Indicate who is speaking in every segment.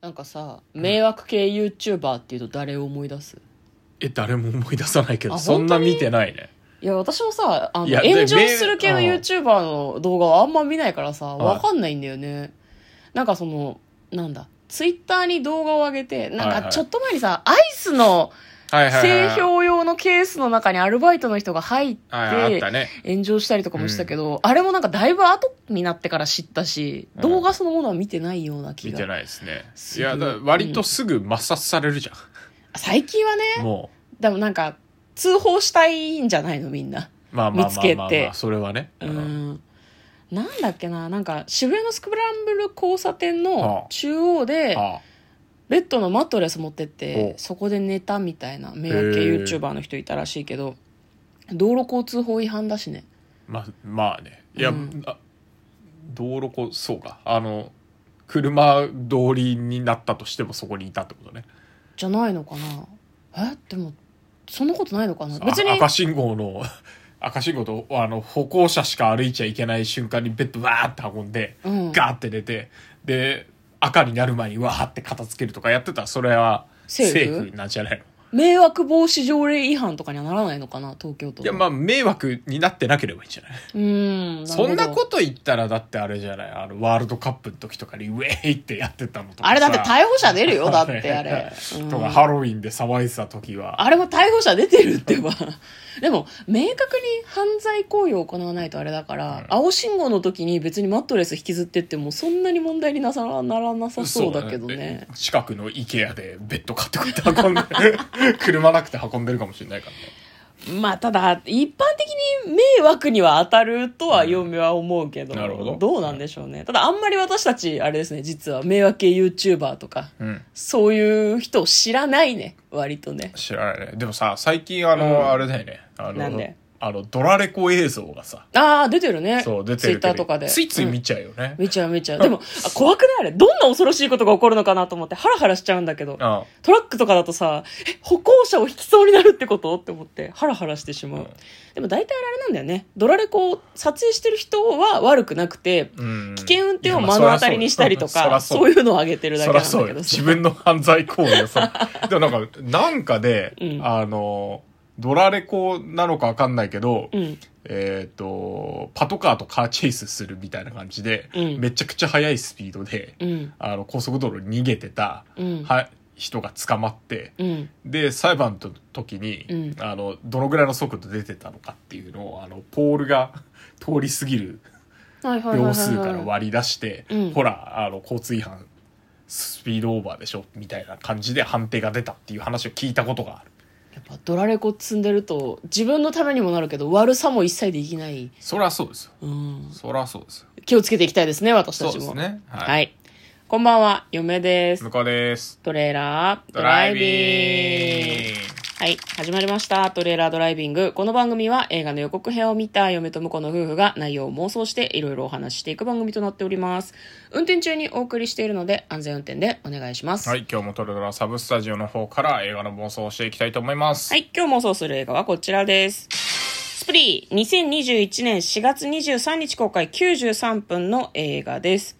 Speaker 1: なんかさ迷惑系 YouTuber っていうと誰を思い出す、
Speaker 2: え誰も思い出さないけど
Speaker 1: あ
Speaker 2: そんな
Speaker 1: 本当に
Speaker 2: 見てないね
Speaker 1: いや私もさあの
Speaker 2: いやで
Speaker 1: 炎上する系の
Speaker 2: 迷
Speaker 1: YouTuber の動画はあんま見ないからさ
Speaker 2: はい
Speaker 1: わかんないんだよねなんかそのなんだツイッターに動画を上げてな
Speaker 2: は
Speaker 1: ん
Speaker 2: い
Speaker 1: か
Speaker 2: はい
Speaker 1: ちょっと前にさ、アイスの
Speaker 2: はいはいはい、
Speaker 1: 製
Speaker 2: はい、
Speaker 1: 氷用のケースの中にアルバイトの人が入って
Speaker 2: はいあったね
Speaker 1: 炎上したりとかもしたけど、あれもなんかだいぶ後になってから知ったし、
Speaker 2: うん
Speaker 1: 動画そのものは見てないような気
Speaker 2: 見
Speaker 1: が
Speaker 2: てないですね
Speaker 1: す
Speaker 2: い
Speaker 1: ごい
Speaker 2: やだから割とすぐ抹殺されるじゃん、
Speaker 1: 最近はね
Speaker 2: も
Speaker 1: でもなんか通報したいんじゃないのみんな
Speaker 2: うまあまあ
Speaker 1: 見つ
Speaker 2: まあ
Speaker 1: け
Speaker 2: まあ、ま
Speaker 1: て
Speaker 2: あ、それはね、
Speaker 1: う
Speaker 2: うん
Speaker 1: んなんだっけななんか渋谷のスクランブル交差点
Speaker 2: あ
Speaker 1: の
Speaker 2: あ
Speaker 1: 中央で
Speaker 2: あ
Speaker 1: ベッドのマットレス持ってって
Speaker 2: お
Speaker 1: そこで寝たみたいな迷惑系
Speaker 2: へえ
Speaker 1: YouTuber の人いたらしいけど道路交通法違反だしね
Speaker 2: まあまあねいや、
Speaker 1: うん
Speaker 2: あ道路こそうかあの車通りになったとしてもそこにいたってことね
Speaker 1: じゃないのかなえでもそんなことないのかな
Speaker 2: あ
Speaker 1: 別に
Speaker 2: 赤信号の 赤信号とあの歩行者しか歩いちゃいけない瞬間にベッドわーって運んで、
Speaker 1: うん
Speaker 2: ガーって出てで赤になる前にわーって片付けるとかやってたらそれは
Speaker 1: セーフ
Speaker 2: セーフなんじゃないの
Speaker 1: 迷惑防止条例違反とかにはならないのかな東京都
Speaker 2: いやまあ迷惑になってなければいいんじゃないう
Speaker 1: ーんるほ
Speaker 2: そ
Speaker 1: ど
Speaker 2: んなこと言ったらだってあれじゃないあのワールドカップの時とかにウェーイってやってたのとかさ
Speaker 1: あれだって逮捕者出るよだってあれうん
Speaker 2: とかハロウィンで騒いでた時は
Speaker 1: あれも逮捕者出てるってば。でも、明確に犯罪行為を行わないとあれだから、
Speaker 2: うん
Speaker 1: 青信号の時に別にマットレス引きずってってもそんなに問題になさらならなさそうだけどね。
Speaker 2: え近くの IKEA でベッド買ってこいって 運んで車なくて運んでるかもしれないからね
Speaker 1: まあ、ただ、一般的に迷惑には当たるとは嫁は思うけど、
Speaker 2: うんなるほど
Speaker 1: うなんでしょうね。ただ、あんまり私たち、あれですね、実は迷惑系 YouTuber とか、
Speaker 2: うん
Speaker 1: そういう人を知らないね、割とね。
Speaker 2: 知らないねでもさ最近あの、
Speaker 1: うん
Speaker 2: あれだよねあ
Speaker 1: なんで
Speaker 2: のあのドラレコ映像がさ
Speaker 1: ああ、出てるね。
Speaker 2: そう出てる
Speaker 1: ツイッター
Speaker 2: けど
Speaker 1: とかで。
Speaker 2: ついつい
Speaker 1: うん
Speaker 2: 見ちゃうよね、
Speaker 1: めちゃめちゃ。でも、あ怖くないあれ。どんな恐ろしいことが起こるのかなと思って、ハラハラしちゃうんだけど。
Speaker 2: あ
Speaker 1: トラックとかだとさ、え、歩行者を引きそうになるってことって思って、ハラハラしてしまう。
Speaker 2: うん
Speaker 1: でも大体あれなんだよね。ドラレコを撮影してる人は悪くなくて、
Speaker 2: うん
Speaker 1: 危険運転を目の当たりにしたりと
Speaker 2: いやま
Speaker 1: か、
Speaker 2: あそ
Speaker 1: そう
Speaker 2: らそう
Speaker 1: いうのを上げてるだ
Speaker 2: そ
Speaker 1: けな
Speaker 2: ら
Speaker 1: んだ
Speaker 2: そう
Speaker 1: け
Speaker 2: よ
Speaker 1: どさ。
Speaker 2: 自分の犯罪行為 をさでもなんかなんかで、
Speaker 1: うん
Speaker 2: あのドラレコなのかわかんないけど、
Speaker 1: うん。
Speaker 2: えっ、とパトカーとカーチェイスするみたいな感じで、
Speaker 1: うん
Speaker 2: めちゃくちゃ速いスピードで、
Speaker 1: うん。
Speaker 2: あの高速道路に逃げてた、
Speaker 1: うん
Speaker 2: は人が捕まって、
Speaker 1: うん。
Speaker 2: で裁判の時に、
Speaker 1: うん
Speaker 2: あのどのぐらいの速度出てたのかっていうのをあのポールが通り過ぎる
Speaker 1: はいはいはいはい、はい。
Speaker 2: 秒数から割り出して、
Speaker 1: うん
Speaker 2: ほらあの交通違反スピードオーバーでしょみたいな感じで判定が出たっていう話を聞いたことがある
Speaker 1: やっぱドラレコ積んでると、自分のためにもなるけど、悪さも一切できない。
Speaker 2: そりゃそうですよ
Speaker 1: うん。
Speaker 2: そりゃそうですよ
Speaker 1: 気をつけていきたいですね、私た
Speaker 2: そう
Speaker 1: ち
Speaker 2: で
Speaker 1: も。
Speaker 2: すねはい、
Speaker 1: はい。こんばんは、嫁です
Speaker 2: 向。こうです
Speaker 1: トレーラード
Speaker 2: ド
Speaker 1: ラ
Speaker 2: ラ
Speaker 1: イ
Speaker 2: イ
Speaker 1: ビング。
Speaker 2: ビング
Speaker 1: はい、始まりました。トレーラードライビング。この番組は映画の予告編を見た嫁と婿の夫婦が内容を妄想していろいろお話ししていく番組となっております。運転中にお送りしているので安全運転でお願いします。
Speaker 2: はい、今日もトレドラサブスタジオの方から映画の妄想をしていきたいと思います。。
Speaker 1: はいい、今日妄想する映画はこちらです。スプリー、2021年4月23日公開93分の映画です。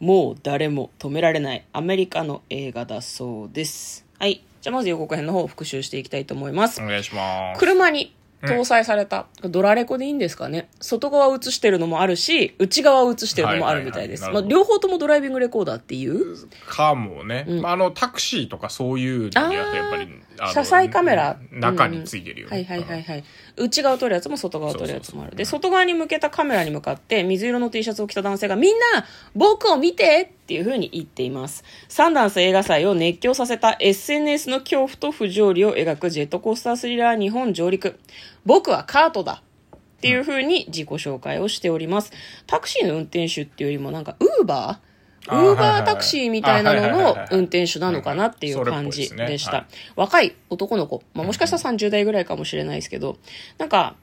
Speaker 1: もう誰も止められないアメリカの映画だそうです。はい、じゃあまず予告編の方を復習していきたいと思います
Speaker 2: お。願いします。
Speaker 1: 車に搭載された、ドラレコでいいんですかね外側を映してるのもあるし内側を映してるのもあるみたいです、
Speaker 2: はいはいはい
Speaker 1: ま
Speaker 2: なる
Speaker 1: あ、両方ともドライビングレコーダーっていう
Speaker 2: カーもね、まあ、あの、タクシーとかそういうのにやっ
Speaker 1: あー
Speaker 2: ぱやっぱり、あの
Speaker 1: 車載カメラ
Speaker 2: 中についてるよ
Speaker 1: は
Speaker 2: ね。
Speaker 1: いはいはいはい内側を撮るやつも外側を撮るやつもある
Speaker 2: そうそうそう
Speaker 1: で外側に向けたカメラに向かって水色の T シャツを着た男性がみんな僕を見てっていうふうに言っていますサンダンス映画祭を熱狂させた SNS の恐怖と不条理を描くジェットコースタースリラー日本上陸僕はカートだっていうふうに自己紹介をしております。タクシーの運転手っていうよりもなんか、ウーバー
Speaker 2: あー
Speaker 1: ウーバータクシーみたいな
Speaker 2: はい
Speaker 1: の
Speaker 2: はいはい
Speaker 1: の
Speaker 2: はい
Speaker 1: 運転手なのかなっていう感じ
Speaker 2: それっぽい
Speaker 1: で
Speaker 2: で
Speaker 1: し
Speaker 2: すねは
Speaker 1: た
Speaker 2: い。
Speaker 1: 若い男の子、まあ、もしかしたら30代ぐらいかもしれないですけど、なんか、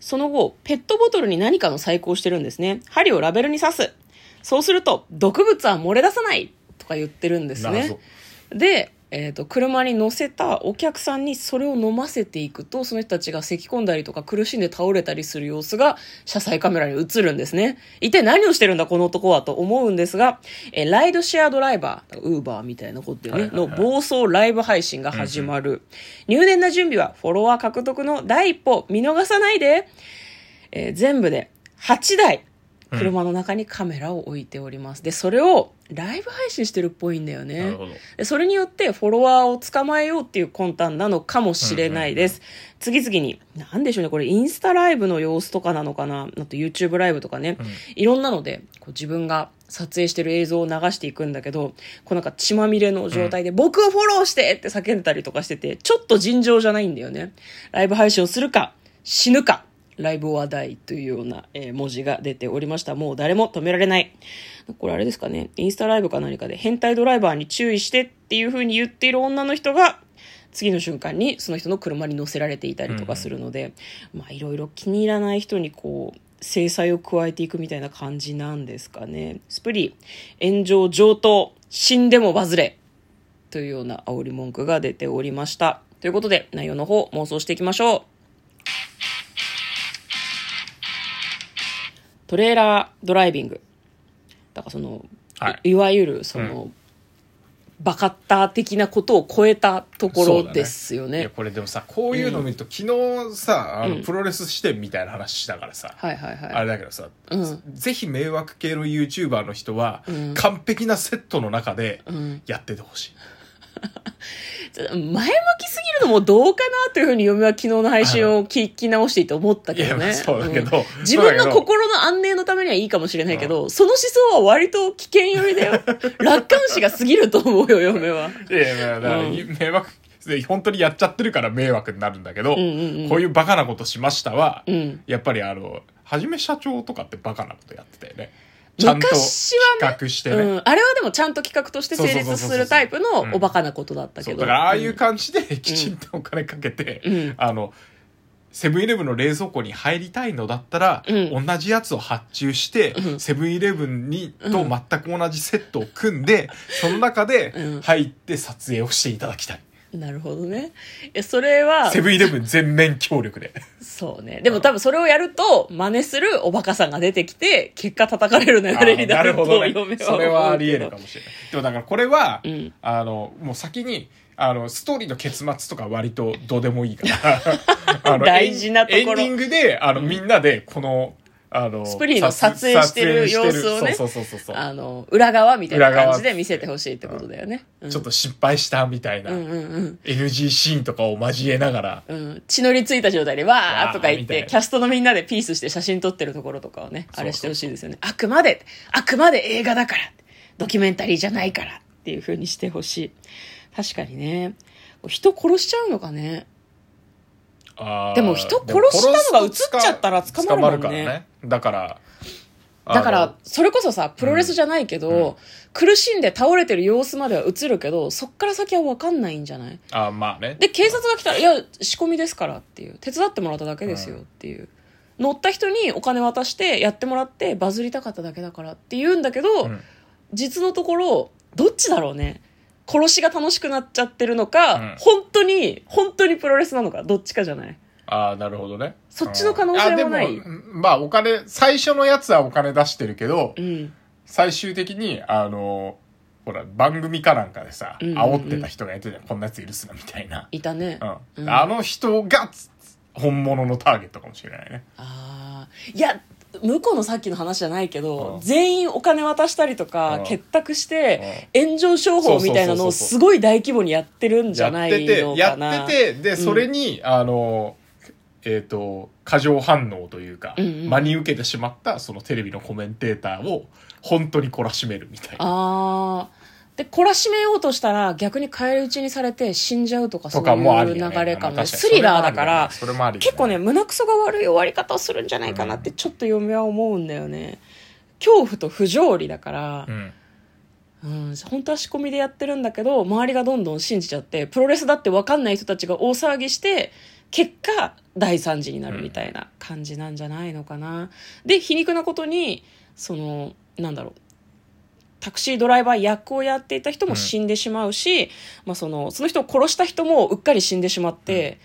Speaker 1: その後、ペットボトルに何かの細工をしてるんですね。針をラベルに刺す。そうすると、毒物は漏れ出さないとか言ってるんですね
Speaker 2: 謎。
Speaker 1: で、ええー、と車に乗せたお客さんにそれを飲ませていくとその人たちが咳き込んだりとか苦しんで倒れたりする様子が車載カメラに映るんですね一体何をしてるんだこの男はと思うんですが、えーライドシェアドライバーウーバーみたいなことでね、
Speaker 2: はいはいはい
Speaker 1: の暴走ライブ配信が始まる、入念な準備はフォロワー獲得の第一歩見逃さないでえー全部で8台車の中にカメラを置いております、でそれをライブ配信してるっぽいんだよ
Speaker 2: な
Speaker 1: ね
Speaker 2: るほど。
Speaker 1: でそれによってフォロワーを捕まえようっていう魂胆なのかもしれないです、次々に何でしょうねこれインスタライブの様子とかなのかなあと YouTube ライブとかね、
Speaker 2: うん
Speaker 1: いろんなのでこう自分が撮影してる映像を流していくんだけどこうなんか血まみれの状態で「僕をフォローして!」って叫んでたりとかしててちょっと尋常じゃないんだよねライブ配信をするか死ぬかライブ話題というような、えー文字が出ておりました。もう誰も止められない。これあれですかね。インスタライブか何かで変態ドライバーに注意してっていう風に言っている女の人が、次の瞬間にその人の車に乗せられていたりとかするので、まあいろいろ気に入らない人にこう、制裁を加えていくみたいな感じなんですかね。スプリー、炎上上等、死んでもバズれ。というような煽り文句が出ておりました。ということで、内容の方妄想していきましょう。トレーラードライビング。だからその、
Speaker 2: はい
Speaker 1: い、わゆるその、バカッター的なことを超えたとこ
Speaker 2: そうだ
Speaker 1: ろ
Speaker 2: ね
Speaker 1: ですよ
Speaker 2: い
Speaker 1: ね
Speaker 2: や。これでもさこういうの見ると、昨日さあ
Speaker 1: うん
Speaker 2: のプロレス視点みたいな話したからさ、
Speaker 1: はいはい
Speaker 2: あ
Speaker 1: はい。
Speaker 2: れだけどさ、
Speaker 1: うん
Speaker 2: ぜひ迷惑系の YouTuber の人は、
Speaker 1: うん
Speaker 2: 完璧なセットの中で
Speaker 1: うん、
Speaker 2: やっててほしい、
Speaker 1: ちょっと前向きすぎるのもどうかなというふうに嫁は昨日の配信を聞き直していて思ったけ
Speaker 2: い
Speaker 1: ど
Speaker 2: や、
Speaker 1: ね。
Speaker 2: そうだけ
Speaker 1: うん
Speaker 2: ど、
Speaker 1: 自分の
Speaker 2: そうだけど
Speaker 1: 心の安寧のためにはいいかもしれないけど、その思想は割と危険寄り だよ。楽観視が過ぎると思うよ、嫁は。
Speaker 2: いやいやだから
Speaker 1: うん
Speaker 2: 迷惑で本当にやっちゃってるから迷惑になるんだけ
Speaker 1: ん
Speaker 2: ど、
Speaker 1: うんうん
Speaker 2: こういうバカなことしましたは、
Speaker 1: うん
Speaker 2: やっぱりあのはじめ社長とかってバカなことやってたよねちゃんと
Speaker 1: 昔はね
Speaker 2: 企画してね、
Speaker 1: うん、あれはでもちゃんと企画として成
Speaker 2: そうそう
Speaker 1: 立
Speaker 2: そう
Speaker 1: す
Speaker 2: そうそう
Speaker 1: るタイプ
Speaker 2: う
Speaker 1: の
Speaker 2: ん
Speaker 1: おバカなことだったけ
Speaker 2: そう
Speaker 1: ど。
Speaker 2: だからああいう
Speaker 1: うん
Speaker 2: 感じできちんとお金かけて、
Speaker 1: うん
Speaker 2: あのセブンイレブンの冷蔵庫に入りたいのだったら、
Speaker 1: う
Speaker 2: 同じやつを発注して、
Speaker 1: うん
Speaker 2: セブンイレブンに
Speaker 1: うん
Speaker 2: と全く同じセットを組んで、 その中で
Speaker 1: うん
Speaker 2: 入って撮影をしていただきたい、
Speaker 1: なるほどね。え、それは
Speaker 2: セ、ブンイレブン全面協力で
Speaker 1: そうね。でも多分それをやると、真似するおバカさんが出てきて、結果叩かれる 流れになると
Speaker 2: あー
Speaker 1: 嫁は
Speaker 2: なる
Speaker 1: 思う
Speaker 2: ほど
Speaker 1: け
Speaker 2: ね
Speaker 1: ど。
Speaker 2: それはありえるかもしれないでもだからこれは、
Speaker 1: うん
Speaker 2: あのもう先にあのストーリーの結末とか割とどうでもいい からあの
Speaker 1: 大事なところ
Speaker 2: エンエンディングであの、みんなでこのあの
Speaker 1: スプリーの撮影してる
Speaker 2: 撮影
Speaker 1: 様子をね
Speaker 2: そうそうそうそうそう
Speaker 1: あの、裏側みたいな感じで見せてほしいってことだよね。うん
Speaker 2: ちょっと失敗したみたいな、
Speaker 1: うんうんうん。
Speaker 2: NG シーンとかを交えながら
Speaker 1: うん、血のりついた状態でわーとか言っ
Speaker 2: わーみたい
Speaker 1: て
Speaker 2: な
Speaker 1: キャストのみんなでピースして写真撮ってるところとかをね
Speaker 2: そうそ
Speaker 1: あ
Speaker 2: う
Speaker 1: れしてほしいですよねあくまであくまで映画だからドキュメンタリーじゃないからっていう風にしてほしい確かにね人殺しちゃうのかね
Speaker 2: あー
Speaker 1: でも人殺したのが映っちゃったら捕まるもんね
Speaker 2: 捕からだから
Speaker 1: だか
Speaker 2: あ
Speaker 1: ら
Speaker 2: の
Speaker 1: それこそさプロレスじゃないけど、
Speaker 2: うんうん
Speaker 1: 苦しんで倒れてる様子までは映るけどそっから先は分かんないんじゃない
Speaker 2: あーまあね
Speaker 1: で警察が来たら「いや仕込みですから」っていう手伝ってもらっただけですよっていう、乗った人にお金渡してやってもらってバズりたかっただけだからって言うんだけど、
Speaker 2: うん
Speaker 1: 実のところどっちだろうね殺しが楽しくなっちゃってるのか、
Speaker 2: うん
Speaker 1: 本当に本当にプロレスなのかどっちかじゃない
Speaker 2: ああ、なるほどね。
Speaker 1: そっちの可能性もない
Speaker 2: あでもまあ、お金、最初のやつはお金出してるけど
Speaker 1: う、ん
Speaker 2: 最終的に、あの、ほら、番組かなんかでさ、
Speaker 1: うんうんうん
Speaker 2: 煽ってた人がやってたよこんなやつ許すな、みたいな。
Speaker 1: いたね、あ
Speaker 2: うん。
Speaker 1: うん
Speaker 2: あの人が、つ本物のターゲットかもしれないね。
Speaker 1: あーいや向こうのさっきの話じゃないけど、
Speaker 2: うん
Speaker 1: 全員お金渡したりとか、
Speaker 2: うん
Speaker 1: 結託して、炎上商法みたいなのをすごい大規模にやってるんじゃないの
Speaker 2: や
Speaker 1: か
Speaker 2: っ
Speaker 1: な。
Speaker 2: てて、やってて、で、
Speaker 1: ん
Speaker 2: それに、あの、えっ、と、過剰反応というか、
Speaker 1: うんうん
Speaker 2: 真に受けてしまった、そのテレビのコメンテーターを、本当に懲らしめるみたいな。
Speaker 1: あーで、懲らしめようとしたら逆に返り討ちにされて死んじゃうとかそ
Speaker 2: と
Speaker 1: う
Speaker 2: かもあ
Speaker 1: いう
Speaker 2: りよね
Speaker 1: 流れかもね。
Speaker 2: まあ確に
Speaker 1: スリラーだから、
Speaker 2: それもありだね
Speaker 1: 結構ね、胸くそが悪い終わり方をするんじゃないかなってちょっと嫁は思うんだよね。恐怖と不条理だから
Speaker 2: う、ん
Speaker 1: うん、本当は仕込みでやってるんだけど、周りがどんどん信じちゃって、プロレスだって分かんない人たちが大騒ぎして、結果、大惨事になるみたいな感じなんじゃないのかな。で、皮肉なことに、その、なんだろう。タクシードライバー役をやっていた人も死んでしまうし、まあ、そのその人を殺した人もうっかり死んでしまって、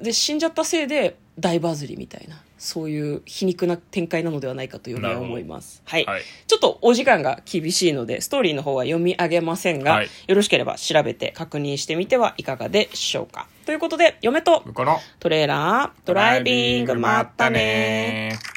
Speaker 1: で死んじゃったせいで大バズりみたいなそういう皮肉な展開なのではないかというふうには思います。はい
Speaker 2: はい
Speaker 1: ちょっとお時間が厳しいので、ストーリーの方は読み上げませんが、
Speaker 2: はい
Speaker 1: よろしければ調べて確認してみてはいかがでしょうか。ということで、嫁と
Speaker 2: 向こうの
Speaker 1: トレーラー、ドライビング、まったね
Speaker 2: ー